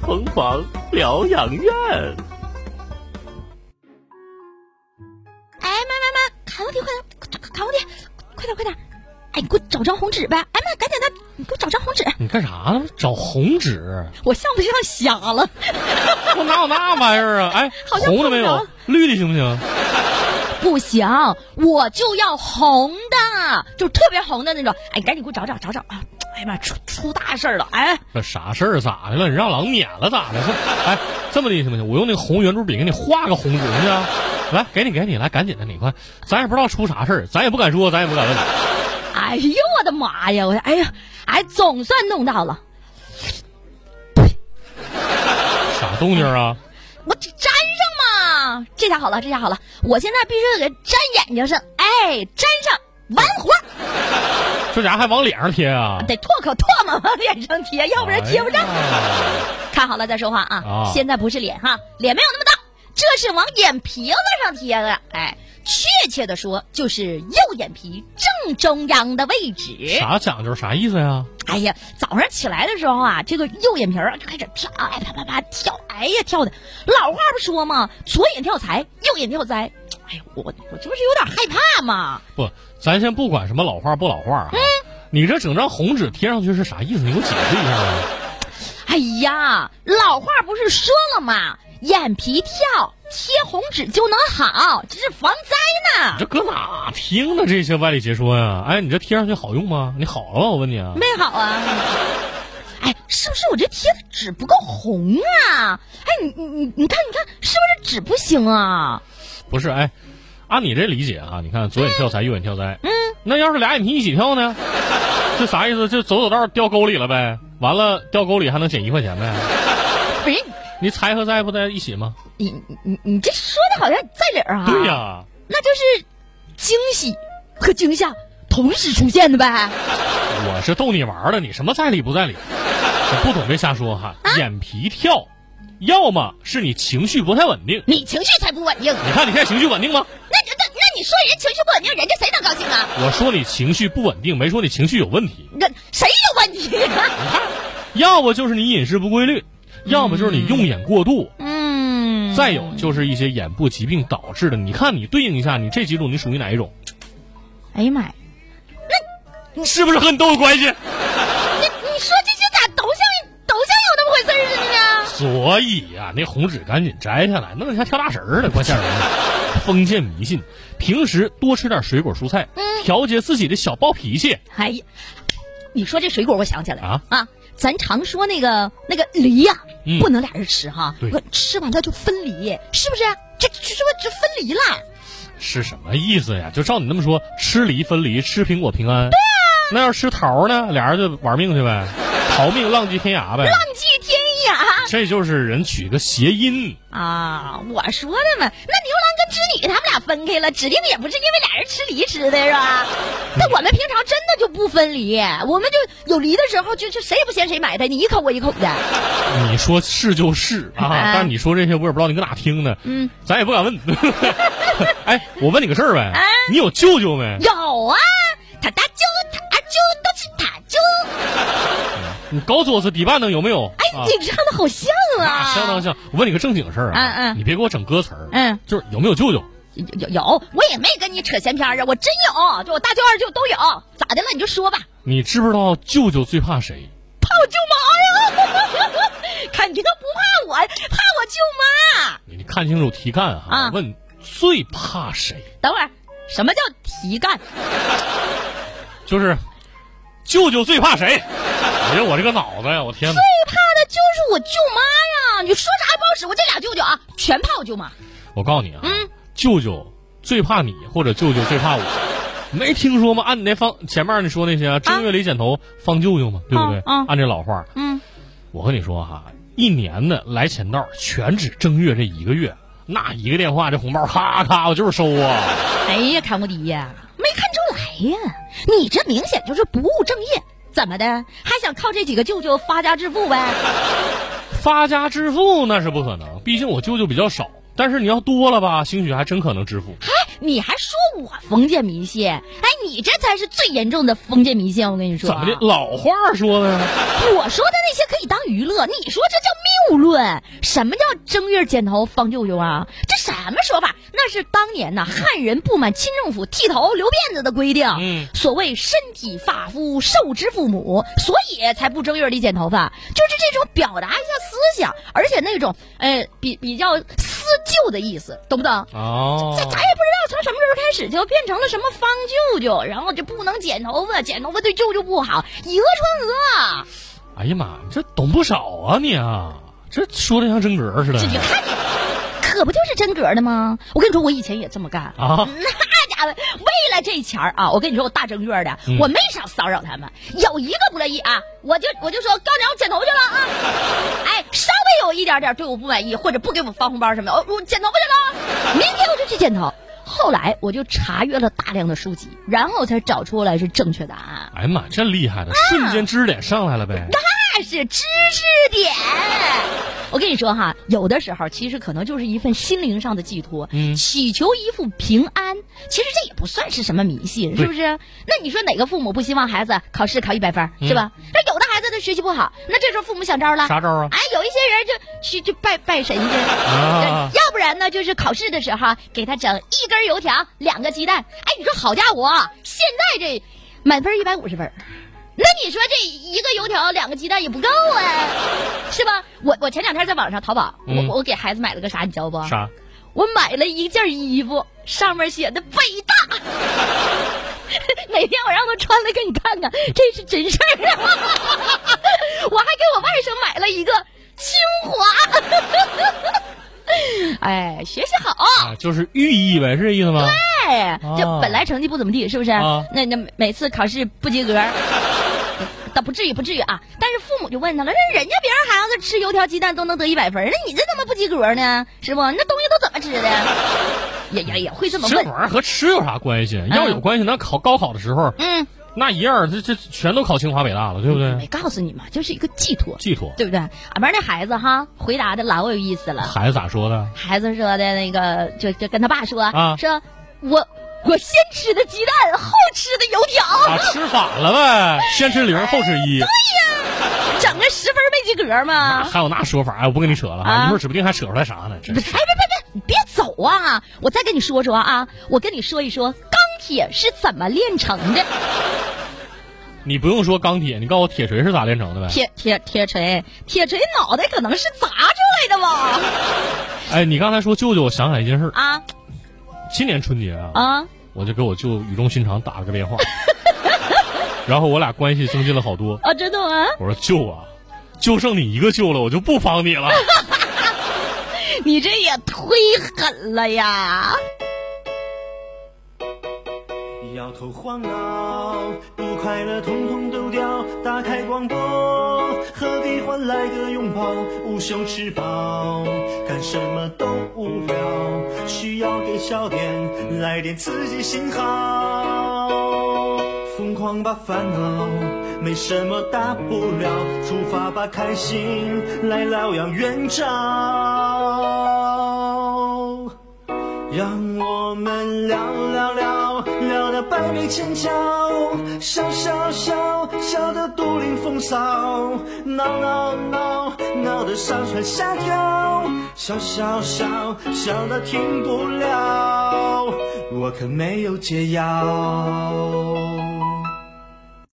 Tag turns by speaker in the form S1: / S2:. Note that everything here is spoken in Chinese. S1: 疯狂疗养院。
S2: 哎，妈妈妈，卡罗迪，快点，卡罗迪，快点快点！哎，你给我找张红纸呗！哎妈，赶紧的，你给我找张红纸！
S3: 你干啥呢？找红 纸？
S2: 我像不像瞎了？
S3: 我哪有那玩意儿啊？哎，
S2: 好像
S3: 红的没
S2: 碰
S3: 有
S2: 着，
S3: 绿的行不行？
S2: 不行，我就要红的，就特别红的那种。哎，赶紧给我找找找找啊！哎呀妈，出出大事儿了！哎，
S3: 那啥事儿咋的了？你让狼撵了咋的？哎，这么的行不行？我用那个红圆珠笔给你画个红纸行不行？来，给你给你，来，赶紧的，你快，咱也不知道出啥事儿，咱也不敢说，咱也不敢问。
S2: 哎呦我的妈呀！我哎呀，哎，总算弄到了，
S3: 啥动静啊？
S2: 我这粘上嘛！这下好了，这下好了，我现在必须得给粘眼睛上，哎，粘上完活儿。
S3: 这家伙还往脸上贴 啊？
S2: 得唾口唾沫往脸上贴，要不然贴不啊上。
S3: 哎呀
S2: 看好了再说话啊！
S3: 啊
S2: 现在不是脸哈，脸没有那么大，这是往眼皮子上贴的。哎，确切的说，就是右眼皮正中央的位置。
S3: 哎啥讲究？啥意思呀、
S2: 哎呀，早上起来的时候啊，这个右眼皮儿就开始跳，哎啪啪啪跳，哎呀跳的。老话不说嘛，左眼跳财，右眼跳灾。哎呀，我我这不是有点害怕吗？
S3: 不，咱先不管什么老话不老话啊。你这整张红纸贴上去是啥意思？你给我解释一下啊！
S2: 哎呀，老话不是说了吗？眼皮跳，贴红纸就能好，这是防灾
S3: 你
S2: 呢。
S3: 这搁哪听的这些歪理邪说呀、哎，你这贴上去好用吗？你好了吗？我问你啊。
S2: 没好啊。哎，是不是我这贴的纸不够红啊？哎，你你你你看你看，是不是纸不行啊？
S3: 不是，哎，按你这理解啊，你看左眼跳财，右眼跳灾。嗯。那要是俩眼皮一起跳呢？这啥意思？就走走道掉沟里了呗？完了掉沟里还能捡一块钱呗？
S2: 不是
S3: 你财和灾不在一起吗？
S2: 你你你你这说的好像在理儿啊？
S3: 对呀、
S2: 那就是惊喜和惊吓同时出现的呗。
S3: 我是逗你玩儿的，你什么在理不在理？我不懂别瞎说哈。眼皮跳，要么是你情绪不太稳定。
S2: 你情绪才不稳定，那
S3: 你看你现在情绪稳定吗？
S2: 那那那你说人情绪不稳定，人家谁能高兴啊？
S3: 我说你情绪不稳定，没说你情绪有问题。
S2: 那谁有 问题、
S3: 要不就是你饮食不规律，要么就是你用眼过度，
S2: 嗯，
S3: 再有就是一些眼部疾病导致的。你看你对应一下，你这几种你属于哪一种？
S2: 哎呀妈呀，
S3: 是不是和你都有关系？
S2: 你你说这些咋都像都像有那么回事儿啊似的呢？
S3: 所以呀、那红纸赶紧摘下来，弄得像跳大神儿的，怪吓人的。封建迷信，平时多吃点水果蔬菜，
S2: 嗯
S3: 调节自己的小暴脾气。
S2: 哎呀，你说这水果，我想起来了
S3: 啊
S2: 咱常说那个那个梨呀、
S3: 嗯
S2: 不能俩人吃哈
S3: 对，
S2: 吃完了就分离，是不是？这这这这分离了，
S3: 是什么意思呀？就照你那么说，吃梨分离，吃苹果平
S2: 啊
S3: 安。对呀、那要是吃桃呢，俩人就玩命去呗，逃命浪迹天涯呗。
S2: 浪迹天啊涯
S3: 这就是人取个谐音。
S2: 啊！我说的嘛，那牛郎跟织女他们俩分开了，指定也不是因为俩人吃梨吃的是吧？但我们平常真的就不分离，我们就有梨的时候就就谁也不嫌谁埋汰，你一口我一口的。
S3: 你说是就是啊，
S2: 哎
S3: 但你说这些我也不知道你搁哪听的，
S2: 嗯，
S3: 咱也不敢问。 哎，我问你个事儿呗，
S2: 哎
S3: 你有舅舅没？
S2: 有啊，他大舅他二舅都是他舅，
S3: 你搞左思底拌的有没有？
S2: 哎，
S3: 啊
S2: 你唱的好像啊，
S3: 那相当像。我问你个正经事儿啊，
S2: 嗯嗯
S3: 你别给我整歌词儿，
S2: 嗯，
S3: 就是有没有舅舅？
S2: 有有有，我也没跟你扯闲篇儿啊，我真有，就我大舅二舅都有，咋的了你就说吧，
S3: 你知不知道舅舅最怕谁？
S2: 怕我舅妈呀， 肯定不怕我，怕我舅妈。
S3: 你看清楚题干哈、
S2: 啊
S3: 问最怕谁？
S2: 等会儿，什么叫题干？
S3: 就是舅舅最怕谁？哎呀，我这个脑子呀，我天哪！
S2: 最怕的就是我舅妈呀！你说啥不好使，我这俩舅舅啊，全怕我舅妈。
S3: 我告诉你啊，
S2: 嗯
S3: 舅舅最怕你，或者舅舅最怕我。没听说吗？按你那方前面你说那些啊正月里剪头、放舅舅嘛，对不对？
S2: 啊啊
S3: 按这老话，
S2: 嗯，
S3: 我跟你说哈、一年的来钱道全指正月这一个月，那一个电话这红包咔咔我就是收啊！
S2: 哎呀，看我迪呀，没看出来呀，你这明显就是不务正业。怎么的？还想靠这几个舅舅发家致富呗？
S3: 发家致富那是不可能，毕竟我舅舅比较少。但是你要多了吧，兴许还真可能致富。
S2: 你还说我封建迷信？哎，你这才是最严重的封建迷信！我跟你说
S3: 怎
S2: 啊，
S3: 么的？老话说的呀，
S2: 我说的那些可以当娱乐，你说这叫谬论。什么叫正月剪头方舅舅啊？这什么说法？那是当年呐汉人不满清政府剃头留辫子的规定。
S3: 嗯
S2: 所谓身体发肤受之父母，所以才不正月里剪头发，就是这种表达一下思想，而且那种呃比比较思旧的意思，懂不懂？
S3: 哦
S2: 这，咱也不知道从什么时候开始就变成了什么方舅舅，然后就不能剪头发，剪头发对舅舅不好，以讹传讹。
S3: 哎呀妈，你这懂不少啊你啊，这说的像真格似的
S2: 这你看你，可不就是真格的吗？我跟你说，我以前也这么干。
S3: 啊。
S2: 那家伙，为了这钱儿啊，我跟你说，我大正月的，
S3: 嗯
S2: 我没少骚扰他们。有一个不乐意啊，我就我就说，刚才我剪头去了啊， 哎，稍微有一点点对我不满意，或者不给我发红包什么，哦我我剪头发去了，啊明天我就去剪头。后来我就查阅了大量的书籍，然后才找出来是正确答案，
S3: 哎呀妈，这厉害的，瞬间知识点上来了呗。
S2: 那是知识点。我跟你说哈，有的时候其实可能就是一份心灵上的寄托，
S3: 嗯
S2: 祈求一副平安。其实这也不算是什么迷信，是不是？那你说哪个父母不希望孩子考试考一百分儿，是吧？那有的孩子他学习不好，那这时候父母想招了。
S3: 嗯啥招啊？
S2: 哎，有一些人就去去拜拜神去，
S3: 啊
S2: 要不然呢，就是考试的时候啊给他整一根油条，两个鸡蛋。哎，你说好家伙啊，现在这满分一百五十分儿，那你说这一个油条两个鸡蛋也不够啊，是吧？我我前两天在网上淘宝，
S3: 嗯
S2: 我我给孩子买了个啥，你知道不？
S3: 啊啥？
S2: 我买了一件衣服，上面写的北大。 哪天我让他穿来给你看看，这是真事儿啊！ 我还给我外甥买了一个清华。 哎，学习好，
S3: 啊，就是寓意呗，是这意思吗？
S2: 哎，
S3: 哦
S2: 这本来成绩不怎么地，是不是？
S3: 啊
S2: 那那每次考试不及 格，倒不至于不至于啊。但是父母就问他了，那人家别人孩子吃油条鸡蛋都能得一百分，那你这怎么不及格呢？是不？那东西都怎么吃的？ 也也也会这么
S3: 这玩
S2: 问
S3: 意，儿和吃有啥关系？要有关系，那考高考的时候，
S2: 哎嗯，
S3: 那一样，这这全都考清华北大了，对啊不对？
S2: 没告诉你嘛，就是一个寄托，
S3: 寄托。
S2: 对不对？俺班那孩子哈，回答的老有意思了。
S3: 孩子咋说的？
S2: 孩子说的那个，就就跟他爸说，
S3: 啊
S2: 说我我先吃的鸡蛋，后吃的油条，
S3: 啊，吃反了呗，先吃零后吃一，
S2: 整个十分没及格
S3: 啊
S2: 嘛。
S3: 还有那说法？哎，我不跟你扯了啊，
S2: 啊
S3: 一会儿指不定还扯出来啥呢。
S2: 哎，
S3: 真
S2: 别
S3: 是
S2: 别别，你别走啊！我再跟你说说啊，我跟你说一说钢铁是怎么炼成的。
S3: 你不用说钢铁，你告诉我铁锤是咋炼成的呗？
S2: 铁铁铁锤，铁锤脑袋可能是砸出来的吧？
S3: 哎，你刚才说舅舅，我想起来一件事儿，
S2: 啊
S3: 今年春节啊，
S2: 啊！
S3: 我就给我舅语重心长打了个电话， 然后我俩关系增进了好多。
S2: 啊，真的吗？
S3: 我说舅啊，就剩你一个舅了，我就不帮你了。
S2: 你这也忒狠了呀！
S1: 摇头晃脑，不快乐统统丢掉。打开广播，何必换来个拥抱？无休吃饱，干什么都无聊，需要给笑点来点刺激信号。疯狂吧烦恼，没什么大不了，出发吧开心，来疗养元朝。让我们聊聊聊，聊得百媚千娇，笑笑笑，笑得独领风骚，闹闹闹，闹得上蹿下跳，笑笑笑，笑得停不了，我可没有解药。